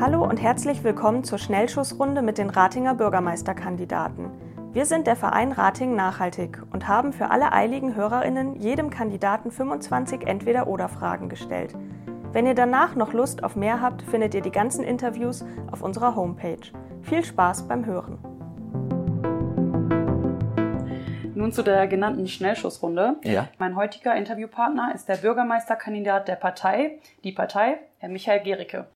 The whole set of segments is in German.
Hallo und herzlich willkommen zur Schnellschussrunde mit den Ratinger Bürgermeisterkandidaten. Wir sind der Verein Rating Nachhaltig und haben für alle eiligen Hörerinnen jedem Kandidaten 25 Entweder-oder-Fragen gestellt. Wenn ihr danach noch Lust auf mehr habt, findet ihr die ganzen Interviews auf unserer Homepage. Viel Spaß beim Hören. Nun zu der genannten Schnellschussrunde. Ja. Mein heutiger Interviewpartner ist der Bürgermeisterkandidat der Partei, die Partei, Herr Michael Gericke.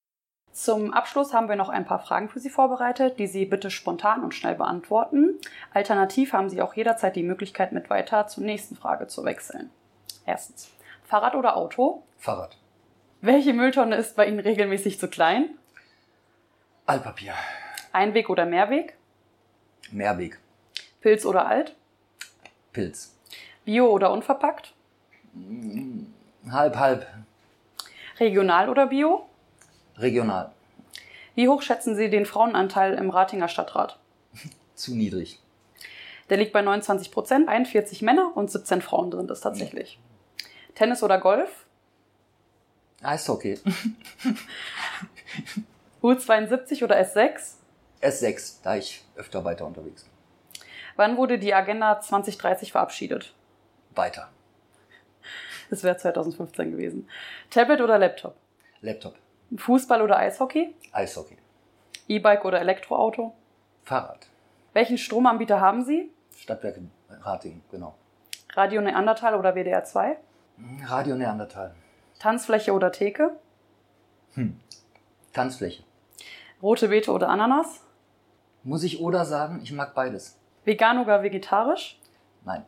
Zum Abschluss haben wir noch ein paar Fragen für Sie vorbereitet, die Sie bitte spontan und schnell beantworten. Alternativ haben Sie auch jederzeit die Möglichkeit, mit weiter zur nächsten Frage zu wechseln. Erstens, Fahrrad oder Auto? Fahrrad. Welche Mülltonne ist bei Ihnen regelmäßig zu klein? Altpapier. Einweg oder Mehrweg? Mehrweg. Pilz oder alt? Pilz. Bio oder unverpackt? Halb, halb. Regional oder Bio? Regional. Wie hoch schätzen Sie den Frauenanteil im Ratinger Stadtrat? Zu niedrig. Der liegt bei 29 Prozent, 41 Männer und 17 Frauen sind es tatsächlich. Tennis oder Golf? Eishockey. U72 oder S6? S6, da ich öfter weiter unterwegs bin. Wann wurde die Agenda 2030 verabschiedet? Weiter. Das wäre 2015 gewesen. Tablet oder Laptop? Laptop. Fußball oder Eishockey? Eishockey. E-Bike oder Elektroauto? Fahrrad. Welchen Stromanbieter haben Sie? Stadtwerke Rating, genau. Radio Neandertal oder WDR 2? Radio Neandertal. Tanzfläche oder Theke? Tanzfläche. Rote Beete oder Ananas? Muss ich oder sagen, ich mag beides. Vegan oder vegetarisch? Nein.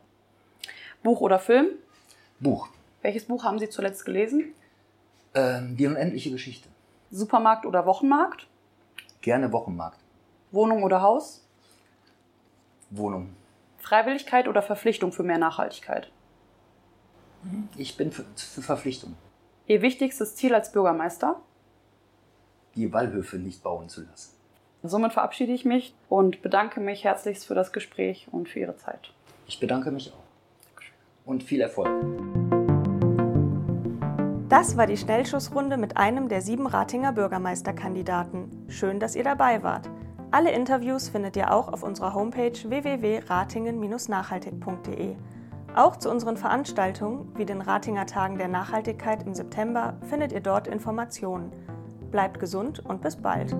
Buch oder Film? Buch. Welches Buch haben Sie zuletzt gelesen? Ähm, die unendliche Geschichte. Supermarkt oder Wochenmarkt? Gerne Wochenmarkt. Wohnung oder Haus? Wohnung. Freiwilligkeit oder Verpflichtung für mehr Nachhaltigkeit? Ich bin für, für Verpflichtung, Ihr wichtigstes Ziel als Bürgermeister? die Wallhöfe nicht bauen zu lassen. Somit verabschiede ich mich und bedanke mich herzlichst für das Gespräch und für Ihre Zeit. Ich bedanke mich auch. Und viel Erfolg. Das war die Schnellschussrunde mit einem der sieben Ratinger Bürgermeisterkandidaten. Schön, dass ihr dabei wart. Alle Interviews findet ihr auch auf unserer Homepage www.ratingen-nachhaltig.de. Auch zu unseren Veranstaltungen, wie den Ratinger Tagen der Nachhaltigkeit im September, findet ihr dort Informationen. Bleibt gesund und bis bald.